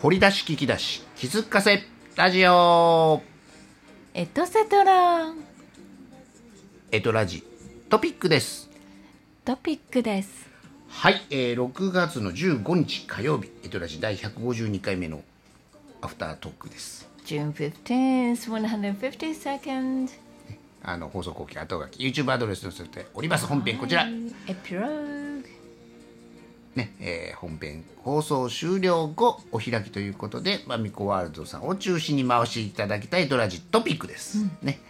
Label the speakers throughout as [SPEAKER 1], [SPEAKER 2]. [SPEAKER 1] 掘り出し聞き出し気づかせラジオ
[SPEAKER 2] エトセトラ
[SPEAKER 1] エトラジトピックです
[SPEAKER 2] トピックです
[SPEAKER 1] はい、えー、6月の15日火曜日エトラジ第152回目のアフタートークです
[SPEAKER 2] June 15th 152nd
[SPEAKER 1] あの放送後期後書き YouTube アドレスに載せております本編こちら、
[SPEAKER 2] エピローグ
[SPEAKER 1] ねえー本編放送終了後お開きということでまあミコワールドさんを中心に回していただきたいドラジトピックです、ね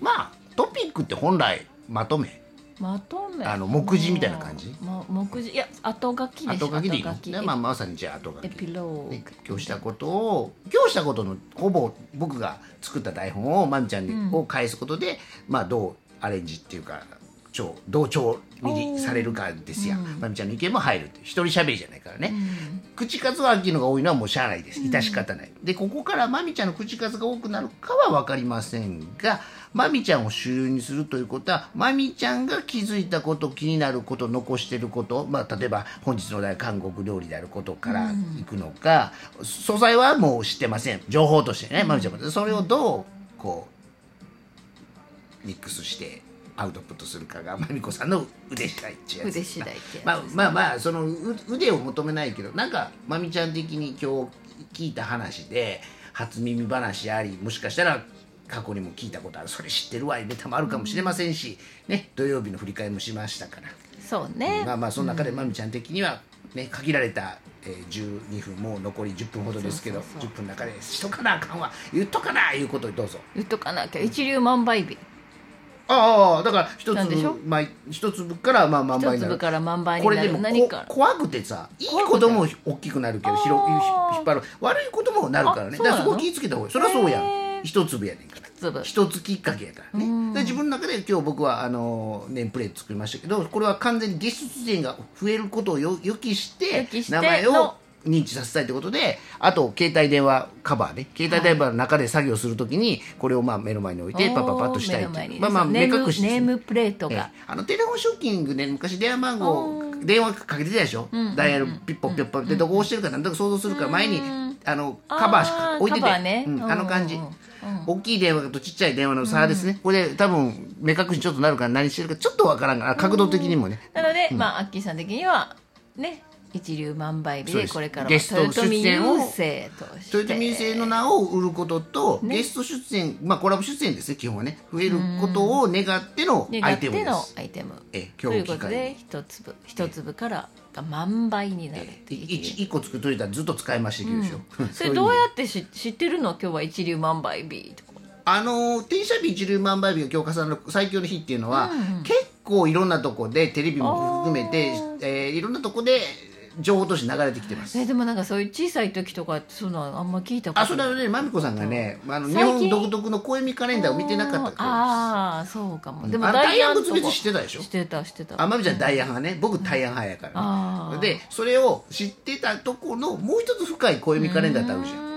[SPEAKER 1] まあトピックって本来まとめ
[SPEAKER 2] まとめ
[SPEAKER 1] あの目次みたいな感じ
[SPEAKER 2] ま、目次いや後書きでしょ
[SPEAKER 1] 後書きでいいの
[SPEAKER 2] 後書き
[SPEAKER 1] ねまあ、まさにじゃあ後書
[SPEAKER 2] エ
[SPEAKER 1] き
[SPEAKER 2] ピローグ、
[SPEAKER 1] ね今日したことを今日したことのほぼ僕が作った台本をまみちゃんに、を返すことで、まあ、どうアレンジっていうか調同調にされるかですや、まみちゃんの意見も入るっていう一人喋りじゃないからね、口数は秋のが多いのはもうしゃあないです致し方ない、でここからまみちゃんの口数が多くなるかは分かりませんがまみちゃんを主流にするということはまみちゃんが気づいたこと気になること残してること、まあ、例えば本日のお題韓国料理であることからいくのか、素材はもう知ってません情報としてねまみちゃんもそれをどうこうミックスしてアウトプットするかがまみこさんの腕次第っていうやつ
[SPEAKER 2] 腕次第ってやつ
[SPEAKER 1] まあまあまあそのう腕を求めないけどなんかまみちゃん的に今日聞いた話で初耳話ありもしかしたら過去にも聞いたことあるそれ知ってるわネタもあるかもしれませんし、ね、土曜日の振り返りもしましたから、
[SPEAKER 2] そうね、
[SPEAKER 1] まあまあその中でまみちゃん的には、ね、限られた、えー12分もう残り10分ほどですけど
[SPEAKER 2] そうそうそう
[SPEAKER 1] 10分の中でしとかなあかんわ言っとかなあいうことでどうぞ。
[SPEAKER 2] 言っとかなきゃ一粒万倍日
[SPEAKER 1] ああだから一
[SPEAKER 2] なんでし
[SPEAKER 1] 粒
[SPEAKER 2] ょ
[SPEAKER 1] まあ一粒からまあまあまあ
[SPEAKER 2] 一粒から万倍に
[SPEAKER 1] こ
[SPEAKER 2] な
[SPEAKER 1] れで
[SPEAKER 2] る
[SPEAKER 1] もこ
[SPEAKER 2] 何から
[SPEAKER 1] 怖くてさいい
[SPEAKER 2] 怖くて
[SPEAKER 1] ことも大きくなるけど広く
[SPEAKER 2] あー
[SPEAKER 1] 引っ張る悪いこともなるからねだ
[SPEAKER 2] あそう
[SPEAKER 1] か
[SPEAKER 2] な
[SPEAKER 1] ら
[SPEAKER 2] の
[SPEAKER 1] そこ気ぃつけた方がいいそれはそうや
[SPEAKER 2] へ
[SPEAKER 1] ん
[SPEAKER 2] ー
[SPEAKER 1] 一粒やねんから
[SPEAKER 2] 粒
[SPEAKER 1] 一つきっかけやからねで自分の中で今日僕はあの年プレー作りましたけどこれは完全にゲスト出演が増えることをよ予期して
[SPEAKER 2] 予期して
[SPEAKER 1] 名前を
[SPEAKER 2] の
[SPEAKER 1] 認知させたいということであと携帯電話カバーね携帯電話の中で作業するときにこれをまあ目の前に置いてパパパッとしたい
[SPEAKER 2] おー目の
[SPEAKER 1] と
[SPEAKER 2] 前
[SPEAKER 1] い
[SPEAKER 2] に
[SPEAKER 1] うまあまあ目
[SPEAKER 2] ネーム
[SPEAKER 1] 隠しです
[SPEAKER 2] ネ
[SPEAKER 1] ね
[SPEAKER 2] ームプレート
[SPEAKER 1] え
[SPEAKER 2] が
[SPEAKER 1] えあのテレフォンショッキングね昔電話番号電話かけてたでしょ、ダイヤルピッポッピョッポッってどこ押してるかなんとか想像するから前にあのカバーしか
[SPEAKER 2] あー
[SPEAKER 1] 置いてて
[SPEAKER 2] カバーね
[SPEAKER 1] うんあの感じ、
[SPEAKER 2] うんうん
[SPEAKER 1] 大きい電話とちっちゃい電話の差ですね、これで多分目隠しちょっとなるから何してるかちょっとわからんから角度的にもね、
[SPEAKER 2] なので、まあアッキーさん的にはね一流万倍日
[SPEAKER 1] そうで
[SPEAKER 2] ですこれからは
[SPEAKER 1] ゲスト
[SPEAKER 2] 豊臣
[SPEAKER 1] 出演を
[SPEAKER 2] 優勢として
[SPEAKER 1] 豊臣製の名を売ることと、ゲスト出演まあコラボ出演ですね基本はね増えることを願ってのア
[SPEAKER 2] 願っ
[SPEAKER 1] イテムで
[SPEAKER 2] ての
[SPEAKER 1] す
[SPEAKER 2] アイテム
[SPEAKER 1] ええ
[SPEAKER 2] と
[SPEAKER 1] 今日を
[SPEAKER 2] いう
[SPEAKER 1] 機
[SPEAKER 2] こと
[SPEAKER 1] 会に
[SPEAKER 2] で一粒一粒からが万倍になるっていう一流
[SPEAKER 1] 1個作っといたらずっと使い回していけるでしょ、
[SPEAKER 2] それどうやってし知ってるの今日は一流万倍日とか
[SPEAKER 1] あのー転写日一流万倍日が強化される最強の日っていうのは、結構いろんなとこでテレビも含めて
[SPEAKER 2] あ、
[SPEAKER 1] えーいろんなとこで情報として流れてきてます。
[SPEAKER 2] えでもなんかそういう小さい時とかそういうのはあんま聞いたこと
[SPEAKER 1] あそれはねまみこさんがね、まあ、あの日
[SPEAKER 2] 最
[SPEAKER 1] 本
[SPEAKER 2] 近
[SPEAKER 1] 独特の暦カレンダーを見てなかったから
[SPEAKER 2] ああそうかも
[SPEAKER 1] です
[SPEAKER 2] でも
[SPEAKER 1] あの
[SPEAKER 2] ダ
[SPEAKER 1] 大
[SPEAKER 2] イア
[SPEAKER 1] 安
[SPEAKER 2] ン
[SPEAKER 1] 物
[SPEAKER 2] とか
[SPEAKER 1] 別に知ってたでしょ
[SPEAKER 2] してたしてた
[SPEAKER 1] あまみちゃん大安派ね僕大安派やから
[SPEAKER 2] あ
[SPEAKER 1] ね
[SPEAKER 2] ー
[SPEAKER 1] でそれを知ってたとこのもう一つ深い暦カレンダーってあるじゃん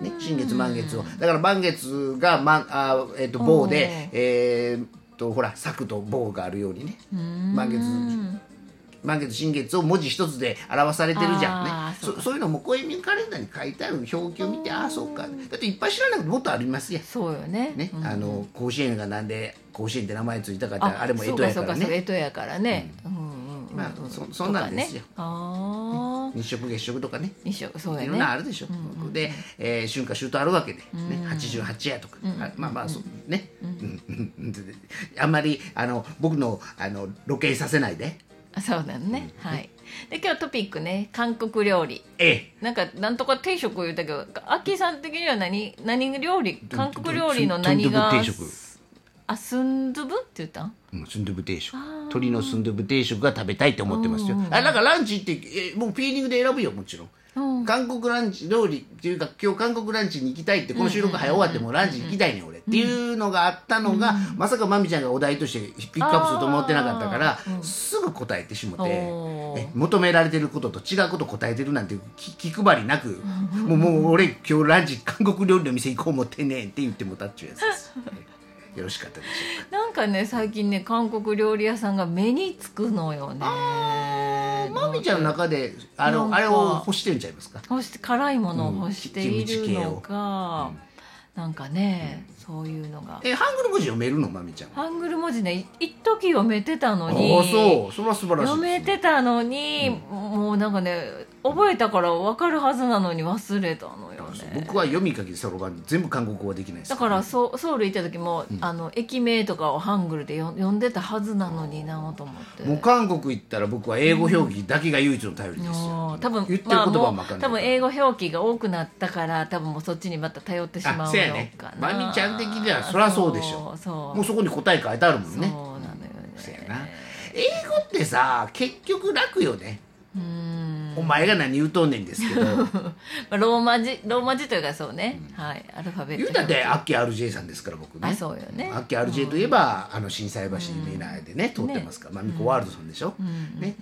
[SPEAKER 1] ね、新月満月をだから満月が、まあえっと棒で、えーっとほら柵と棒があるようにね満月満月新月を文字一つで表されてるじゃん
[SPEAKER 2] あ
[SPEAKER 1] ねそ
[SPEAKER 2] ーそううか
[SPEAKER 1] そういうのも暦カレンダーに書いてある表記を見てああそうかだっていっぱい知らないこともっとありますやん
[SPEAKER 2] そうよね
[SPEAKER 1] ね、
[SPEAKER 2] うん
[SPEAKER 1] あの甲子園がなんで甲子園って名前ついたかってあれも江戸や
[SPEAKER 2] そ
[SPEAKER 1] か
[SPEAKER 2] う
[SPEAKER 1] ら
[SPEAKER 2] そうそう
[SPEAKER 1] ね
[SPEAKER 2] 江戸やからねうんうんうん
[SPEAKER 1] まあそそんなんですよ
[SPEAKER 2] とかねああ
[SPEAKER 1] 日食月食とかね
[SPEAKER 2] 一緒そう
[SPEAKER 1] い
[SPEAKER 2] や
[SPEAKER 1] ろんなあ
[SPEAKER 2] ね
[SPEAKER 1] るでしょ、で、えー春夏秋冬あるわけで、ね88やとか、あまあまあそうね、うんうんうんあんまりあの僕のあのロケさせないで
[SPEAKER 2] あそうだねはいで今日トピックね韓国料理
[SPEAKER 1] ええ
[SPEAKER 2] なんかなんとか定食言うたけどアッキーさん的には何何料理韓国料理の何が
[SPEAKER 1] スンドゥブ定食
[SPEAKER 2] あスンドゥブって言ったん
[SPEAKER 1] うんスンドゥブ定食鶏のスンドゥブ定食が食べたいって思ってますよあなんかランチって、えーもうフィーリングで選ぶよもちろん韓国ランチ料理っていうか今日韓国ランチに行きたいってこの収録早終わってもうランチ行きたいねん俺っていうのがあったのが、まさかまみちゃんがお題としてピックアップすると思ってなかったから、すぐ答えてしもて
[SPEAKER 2] おー
[SPEAKER 1] え求められてることと違うこと答えてるなんて気気配りなくもうもう俺今日ランチ韓国料理の店行こう思ってんねんって言ってもたっちゅうやつです。えよろしかったでしょうか
[SPEAKER 2] なんかね最近ね韓国料理屋さんが目につくのよね
[SPEAKER 1] あーまみちゃんの中であ
[SPEAKER 2] なん
[SPEAKER 1] の
[SPEAKER 2] か
[SPEAKER 1] あれを欲してんちゃいますか
[SPEAKER 2] 干して辛いものを干しているのか、
[SPEAKER 1] うん
[SPEAKER 2] なんかね、そういうのが
[SPEAKER 1] えハングル文字読めるのまみちゃんは
[SPEAKER 2] ハングル文字ねい一時読めてたの
[SPEAKER 1] あ
[SPEAKER 2] に
[SPEAKER 1] あそうそれは素晴らしい
[SPEAKER 2] 読めてたのに、もうなんかね覚えたから分かるはずなのに忘れたのよ
[SPEAKER 1] そう
[SPEAKER 2] ね
[SPEAKER 1] 僕は読み書きそろばん全部韓国語はできないです
[SPEAKER 2] だからソソウル行った時も、あの駅名とかをハングルでよ読んでたはずなのになと思って
[SPEAKER 1] もう韓国行ったら僕は英語表記だけが唯一の頼りです
[SPEAKER 2] あ
[SPEAKER 1] よ
[SPEAKER 2] ー多分
[SPEAKER 1] 言ってる言
[SPEAKER 2] まあ
[SPEAKER 1] 葉
[SPEAKER 2] も
[SPEAKER 1] は
[SPEAKER 2] う
[SPEAKER 1] 分かんない
[SPEAKER 2] 多分英語表記が多くなったから多分もうそっちにまた頼ってしま
[SPEAKER 1] あ
[SPEAKER 2] うの
[SPEAKER 1] そう
[SPEAKER 2] か
[SPEAKER 1] や
[SPEAKER 2] な
[SPEAKER 1] ねまみちゃん的にはそらそうでしょ
[SPEAKER 2] そう
[SPEAKER 1] もうそこに答え書いてあるもんね
[SPEAKER 2] そうなのよね
[SPEAKER 1] そうやな英語ってさ結局楽よね
[SPEAKER 2] うーん
[SPEAKER 1] お前が何言うとんねんですけど
[SPEAKER 2] まあローマ字ローマ字というかそうね、はいアルファベッ
[SPEAKER 1] 言う
[SPEAKER 2] ト
[SPEAKER 1] たってアッキー RJ さんですから僕ね
[SPEAKER 2] あそうよね
[SPEAKER 1] アッキー RJ といえば、あの震災橋有名なでね通ってますから、まみこワールドさんでしょ、ね、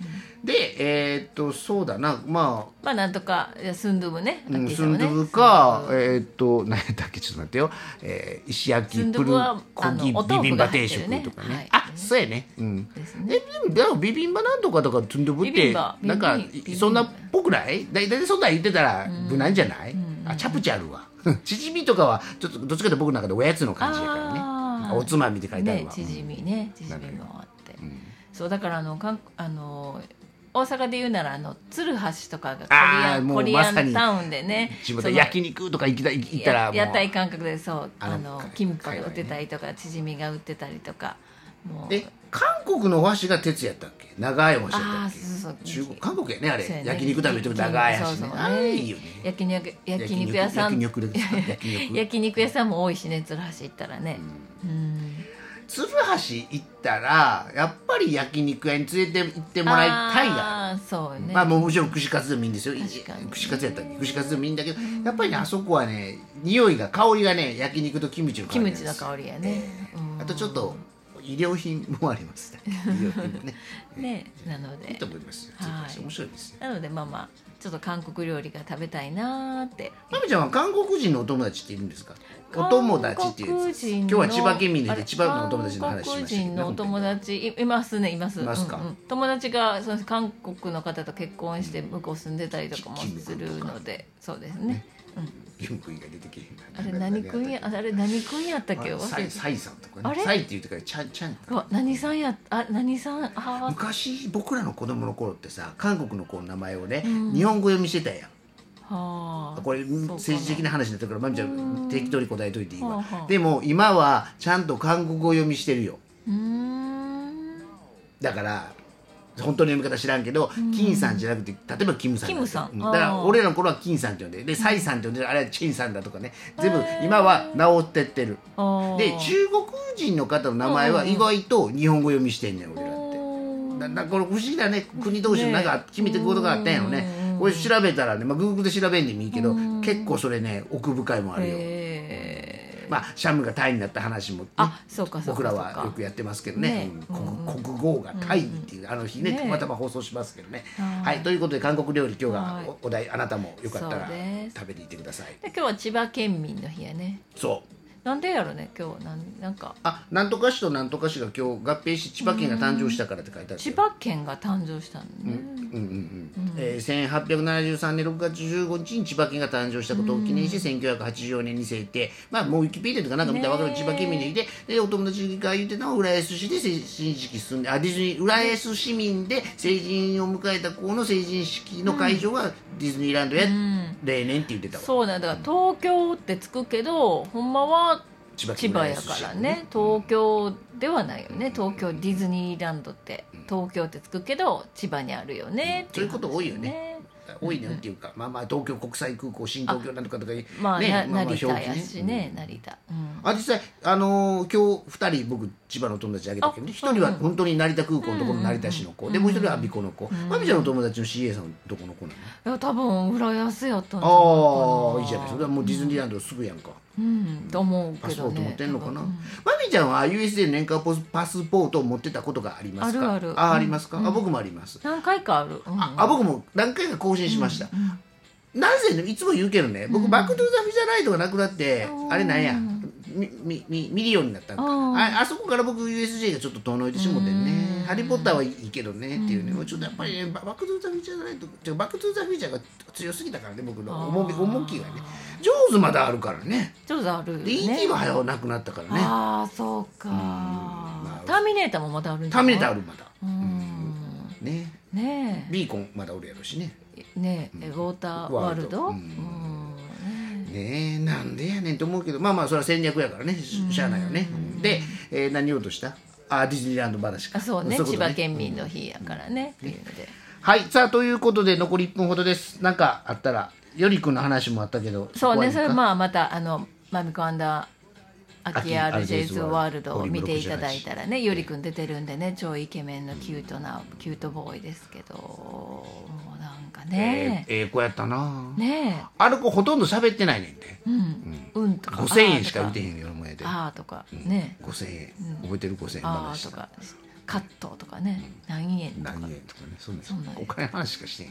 [SPEAKER 1] でえーっとそうだなまあ
[SPEAKER 2] まあなんとかいやスンドゥブね
[SPEAKER 1] うん、
[SPEAKER 2] 秋
[SPEAKER 1] ス
[SPEAKER 2] さん
[SPEAKER 1] ン
[SPEAKER 2] は
[SPEAKER 1] ド
[SPEAKER 2] ね
[SPEAKER 1] ゥブか、えーっと、何やったっけ、ちょっと待ってよ。えー、石焼
[SPEAKER 2] ス
[SPEAKER 1] き
[SPEAKER 2] ンド
[SPEAKER 1] プ
[SPEAKER 2] ゥブ
[SPEAKER 1] ル
[SPEAKER 2] は
[SPEAKER 1] コギ
[SPEAKER 2] あのお
[SPEAKER 1] ビ
[SPEAKER 2] 豆
[SPEAKER 1] ビン
[SPEAKER 2] 腐
[SPEAKER 1] バ
[SPEAKER 2] が入
[SPEAKER 1] 定
[SPEAKER 2] って
[SPEAKER 1] 食
[SPEAKER 2] るね
[SPEAKER 1] とかね。
[SPEAKER 2] はい
[SPEAKER 1] あ、そうやね。うん。
[SPEAKER 2] です
[SPEAKER 1] え
[SPEAKER 2] ね
[SPEAKER 1] でもでもビビンバなんとかとかトゥンドゥブっ
[SPEAKER 2] ビビ
[SPEAKER 1] て
[SPEAKER 2] ンバ
[SPEAKER 1] なんか
[SPEAKER 2] ビビンビビン
[SPEAKER 1] そんなっぽくない大体そんなん言ってたら無難じゃない、あチャプチャルは チヂミとかはちょっとどっちかって僕の中でおやつの感じやからね
[SPEAKER 2] あー
[SPEAKER 1] おつまみって書いてある
[SPEAKER 2] ね
[SPEAKER 1] わ、
[SPEAKER 2] チヂミねチヂミもあって、そうだからあのかんあの大阪で言うならあの鶴橋とかがコリ
[SPEAKER 1] あ
[SPEAKER 2] ア
[SPEAKER 1] ー
[SPEAKER 2] ン
[SPEAKER 1] もう
[SPEAKER 2] コリ
[SPEAKER 1] ま
[SPEAKER 2] ア
[SPEAKER 1] さに
[SPEAKER 2] ンタウンでね
[SPEAKER 1] 地元
[SPEAKER 2] そ
[SPEAKER 1] で
[SPEAKER 2] の
[SPEAKER 1] 焼肉とか行きたい行ったらもう
[SPEAKER 2] や屋台感覚でそう
[SPEAKER 1] あ
[SPEAKER 2] あ
[SPEAKER 1] の
[SPEAKER 2] の
[SPEAKER 1] か
[SPEAKER 2] キンパが売ってたりとか、チヂミが売ってたりとかもう
[SPEAKER 1] え韓国の和紙が鉄やったっけ長い和紙やった
[SPEAKER 2] あ
[SPEAKER 1] っ
[SPEAKER 2] あ
[SPEAKER 1] け
[SPEAKER 2] そうそう
[SPEAKER 1] 中国韓国やねあれ、
[SPEAKER 2] そうやね
[SPEAKER 1] 焼肉食べても長い
[SPEAKER 2] そう
[SPEAKER 1] 箸
[SPEAKER 2] そ
[SPEAKER 1] ね
[SPEAKER 2] うね
[SPEAKER 1] あれいいよね
[SPEAKER 2] 焼肉焼肉屋さん
[SPEAKER 1] 焼肉ですか焼肉
[SPEAKER 2] 焼肉屋さんも多いしね鶴橋行ったらねうん
[SPEAKER 1] 鶴橋行ったらやっぱり焼肉屋に連れて行ってもらいたいが
[SPEAKER 2] あーそうね、
[SPEAKER 1] まあもうもちろん串カツでもいいんですよ
[SPEAKER 2] 確かに
[SPEAKER 1] 串カツやったら串カツでもいいんだけどやっぱりねあそこはね匂いが香りがね焼肉とキムチの香
[SPEAKER 2] キ
[SPEAKER 1] りな
[SPEAKER 2] ム
[SPEAKER 1] んです
[SPEAKER 2] チ
[SPEAKER 1] よ
[SPEAKER 2] の香りやね、うん
[SPEAKER 1] あとちょっと医療品もありますね医療品も ね
[SPEAKER 2] ねなの
[SPEAKER 1] いい
[SPEAKER 2] で
[SPEAKER 1] と思いますよ
[SPEAKER 2] はい
[SPEAKER 1] 面白いですよ
[SPEAKER 2] なのでまあまあちょっと韓国料理が食べたいなーって
[SPEAKER 1] まみちゃんは韓国人のお友達っているんですかお友達っていうんです今日は千葉県民で千葉のお友達の話しましたけどね
[SPEAKER 2] 韓国人のお友達いいますねいます
[SPEAKER 1] いますか
[SPEAKER 2] うんうん友達がそうです韓国の方と結婚して向こう住んでたりとかも
[SPEAKER 1] キム君
[SPEAKER 2] す
[SPEAKER 1] とか
[SPEAKER 2] るのでそうですね
[SPEAKER 1] ユン君が出てけ
[SPEAKER 2] あれ何君やあれ何君やったっけ
[SPEAKER 1] あ
[SPEAKER 2] 忘
[SPEAKER 1] サ
[SPEAKER 2] れ
[SPEAKER 1] イ
[SPEAKER 2] た
[SPEAKER 1] サイさんとか
[SPEAKER 2] あ
[SPEAKER 1] ね
[SPEAKER 2] れ
[SPEAKER 1] サイって言ってからチャンチャン
[SPEAKER 2] うわ何さんやあ何さんあ
[SPEAKER 1] 昔僕らの子供の頃ってさ韓国の子の名前をね、日本語読みしてたやん
[SPEAKER 2] はあ
[SPEAKER 1] これ
[SPEAKER 2] そうかな
[SPEAKER 1] 政治的な話になったからまみちゃん適当に答えといていいわ、
[SPEAKER 2] はあはあ
[SPEAKER 1] でも今はちゃんと韓国語読みしてるよ
[SPEAKER 2] うーん
[SPEAKER 1] だから本当の読み方知らんけど、金さんじゃなくて例えばキムさんだ
[SPEAKER 2] キムさん
[SPEAKER 1] うん
[SPEAKER 2] あ
[SPEAKER 1] だか
[SPEAKER 2] ー
[SPEAKER 1] ら俺らの頃は金さんって呼んででサイさんって呼んであれはチンさんだとかね全部今は治ってってる
[SPEAKER 2] あー
[SPEAKER 1] で中国人の方の名前は意外と日本語読みしてんねん俺らって
[SPEAKER 2] おー
[SPEAKER 1] だだこれ不思議だね国同士のなんか
[SPEAKER 2] ね
[SPEAKER 1] 決めてことがあったんやろね
[SPEAKER 2] うん
[SPEAKER 1] これ調べたらね、まあ、グーグルで調べんでもいいけど
[SPEAKER 2] うん
[SPEAKER 1] 結構それね奥深いもあるよ、
[SPEAKER 2] へー
[SPEAKER 1] まあシャムがタイになった話もね、
[SPEAKER 2] あそうかそうか
[SPEAKER 1] 僕
[SPEAKER 2] そうから
[SPEAKER 1] はよくやってますけどね
[SPEAKER 2] ね
[SPEAKER 1] うん国国語がタイっていうあの日ね
[SPEAKER 2] ね
[SPEAKER 1] たまたま放送しますけどね
[SPEAKER 2] はい
[SPEAKER 1] はいということで韓国料理今日が
[SPEAKER 2] はい
[SPEAKER 1] おお題あなたもよかったら
[SPEAKER 2] そうです
[SPEAKER 1] 食べていってください
[SPEAKER 2] で今日は千葉県民の日やね
[SPEAKER 1] そう
[SPEAKER 2] なんでやろね今日なんなんか
[SPEAKER 1] あなんとか市となんとか市が今日合併し千葉県が誕生したからって書いてある
[SPEAKER 2] 千葉県が誕生したのね、
[SPEAKER 1] うんうんうんえー1873年6月15日に千葉県が誕生したことを記念して1984年に制定、まあ、もうウィキペディアとかなんか見たら分かる
[SPEAKER 2] ねえ
[SPEAKER 1] 千葉県民の日ででお友達が言ってたのは浦安市で成人式進んであディズニー浦安市民で成人を迎えた子の成人式の会場がディズニーランドや
[SPEAKER 2] うん
[SPEAKER 1] 例年って言ってたわ、
[SPEAKER 2] そうなんだから東京ってつくけどほんまは
[SPEAKER 1] 千葉
[SPEAKER 2] 千葉やからね東京ではないよね東京ディズニーランドって東京ってつくけど千葉にあるよねって
[SPEAKER 1] そういうこと多いよね
[SPEAKER 2] ね
[SPEAKER 1] 多いねっていうか、まあまあ東京国際空港新東京なんとかとかいう
[SPEAKER 2] まあ、
[SPEAKER 1] ね
[SPEAKER 2] な
[SPEAKER 1] まあまあ
[SPEAKER 2] 成田や
[SPEAKER 1] 表記
[SPEAKER 2] しね、成田、うん、
[SPEAKER 1] あ実際、あのー今日2人僕千葉の友達あげたけどね
[SPEAKER 2] あ
[SPEAKER 1] 1人は本当に成田空港のところ成田市の子、でもう1人は阿鼻子の子まみちゃんの友達の CA さんのどこの子なの
[SPEAKER 2] いや多分浦安やったんじゃないかな
[SPEAKER 1] ああいいじゃないそれはもうディズニーランドすぐやんか、
[SPEAKER 2] うんと思う
[SPEAKER 1] パ
[SPEAKER 2] け
[SPEAKER 1] スポ
[SPEAKER 2] ど
[SPEAKER 1] ート
[SPEAKER 2] ね
[SPEAKER 1] 持ってんのかな
[SPEAKER 2] 多
[SPEAKER 1] ま
[SPEAKER 2] 分
[SPEAKER 1] みちゃんは USA 年間ポスパスポートを持ってたことがありますか
[SPEAKER 2] あるある
[SPEAKER 1] あありますか、あ僕もあります
[SPEAKER 2] 何回かある、うん
[SPEAKER 1] ああ僕も何回か更新しました、なぜねいつも言うけどね僕、バック・トゥ・ザ・フューチャー・ライトがなくなって、あれなんやみみみ見るようになったんだ
[SPEAKER 2] あー
[SPEAKER 1] ああそこから僕 USJ がちょっと遠のいてしもて
[SPEAKER 2] うん
[SPEAKER 1] ね「ハリー・ポッター」はいいけどねっていうね
[SPEAKER 2] うん
[SPEAKER 1] もうちょっとやっぱりね「ババック・トゥ・ザ・フューチャー」じゃないとてかバック・トゥ・ザ・フューチャー」が強すぎたからね僕の重み
[SPEAKER 2] あー
[SPEAKER 1] 重きがね「ジョーズ」まだあるからね
[SPEAKER 2] ちょっとあるよ
[SPEAKER 1] で
[SPEAKER 2] ね
[SPEAKER 1] ET は早うなくなったからね
[SPEAKER 2] ああそうか、
[SPEAKER 1] うんまあ
[SPEAKER 2] ターミネーターもまだあるん
[SPEAKER 1] 「
[SPEAKER 2] じ
[SPEAKER 1] タ
[SPEAKER 2] ゃ
[SPEAKER 1] ー
[SPEAKER 2] な
[SPEAKER 1] ミ
[SPEAKER 2] い
[SPEAKER 1] ネーター」あ
[SPEAKER 2] ー
[SPEAKER 1] るまだ
[SPEAKER 2] うん
[SPEAKER 1] ね
[SPEAKER 2] ね
[SPEAKER 1] ビーコンまだおるやろしね
[SPEAKER 2] えねえ、ウォーターワールド
[SPEAKER 1] ワールドうん
[SPEAKER 2] うんね
[SPEAKER 1] ねえなんでやねんと思うけどまあまあそれは戦略やからねししゃあないよねで、えー何言おうとしたあディズニーランド話か
[SPEAKER 2] あそうね
[SPEAKER 1] いこと
[SPEAKER 2] 千葉県民の日やからね、っていうので
[SPEAKER 1] はいさあということで残り1分ほどですなんかあったらよりくんの話もあったけど
[SPEAKER 2] そうねそれ
[SPEAKER 1] あ
[SPEAKER 2] まあまたあのマミコアンダーアキアールジェイズ
[SPEAKER 1] RJ's
[SPEAKER 2] ワールドを見ていただいたらねより
[SPEAKER 1] リ
[SPEAKER 2] くん出てるんでね超イケメンのキュートなキュートボーイですけどもうなんかね
[SPEAKER 1] ええええ子やったな、
[SPEAKER 2] ね
[SPEAKER 1] あの子ほとんど喋ってないねんで
[SPEAKER 2] えうん、うんとか
[SPEAKER 1] 5000円しか
[SPEAKER 2] あー
[SPEAKER 1] 打
[SPEAKER 2] と
[SPEAKER 1] てへんよもやで
[SPEAKER 2] あーとかね
[SPEAKER 1] 5000円、覚えてる5000円
[SPEAKER 2] あー
[SPEAKER 1] 話
[SPEAKER 2] とかカットとかね何円とか
[SPEAKER 1] 何円とかねそんな
[SPEAKER 2] そんなん
[SPEAKER 1] お金の話しかして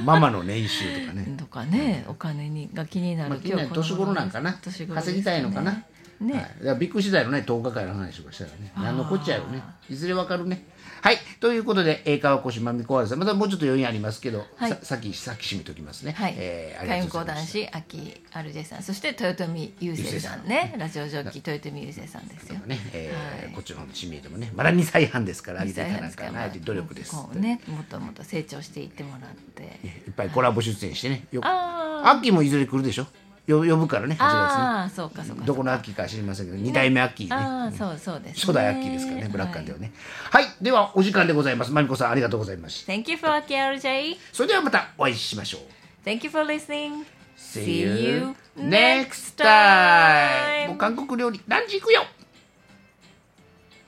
[SPEAKER 1] へんママの年収とかね
[SPEAKER 2] とかね、お金にが気 になる、
[SPEAKER 1] まあ、近年
[SPEAKER 2] 今日
[SPEAKER 1] 年
[SPEAKER 2] この
[SPEAKER 1] 頃
[SPEAKER 2] 頃
[SPEAKER 1] なんかな
[SPEAKER 2] 年頃です
[SPEAKER 1] 稼ぎたいのかな
[SPEAKER 2] ね、
[SPEAKER 1] はい、だからびっくりしたよね10日会の話とかしたらね
[SPEAKER 2] あー
[SPEAKER 1] 何のこっちゃよねいずれわかるねはいということでえー川越まみこはるさんまたもうちょっと余韻ありますけど、
[SPEAKER 2] はい
[SPEAKER 1] ささっきさっき締めときますね
[SPEAKER 2] はい、
[SPEAKER 1] えーあり
[SPEAKER 2] 海
[SPEAKER 1] がと
[SPEAKER 2] 運
[SPEAKER 1] うござ
[SPEAKER 2] 講
[SPEAKER 1] いまし
[SPEAKER 2] 談
[SPEAKER 1] た
[SPEAKER 2] 師秋 RJ さんそして豊臣雄生さんねラジオジョッキー豊臣雄生さんですよ
[SPEAKER 1] ねえー
[SPEAKER 2] はい
[SPEAKER 1] こっちの方の知名度もねまだ2歳半ですから上げていかなきゃな
[SPEAKER 2] まあ
[SPEAKER 1] いという努力です
[SPEAKER 2] こうねもっともっと成長していってもらって
[SPEAKER 1] いっぱいコラボ出演してねよ
[SPEAKER 2] あ
[SPEAKER 1] 秋もいずれ来るでしょよ呼ぶからね
[SPEAKER 2] あ
[SPEAKER 1] 8
[SPEAKER 2] ああそうかそ
[SPEAKER 1] 月
[SPEAKER 2] うか
[SPEAKER 1] ねどこの秋か知りませんけど2代目秋ね
[SPEAKER 2] ああそうそうです、ね、
[SPEAKER 1] 初代アッキーですからね、ブラックカンではね。はい、ではお時間でございます。マミコさんありがとうございました。
[SPEAKER 2] Thank you for Aki RJ
[SPEAKER 1] それではまたお会いしましょう。
[SPEAKER 2] Thank you for listening
[SPEAKER 1] See you next time! もう韓国料理、ランチ行くよ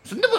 [SPEAKER 1] そんでも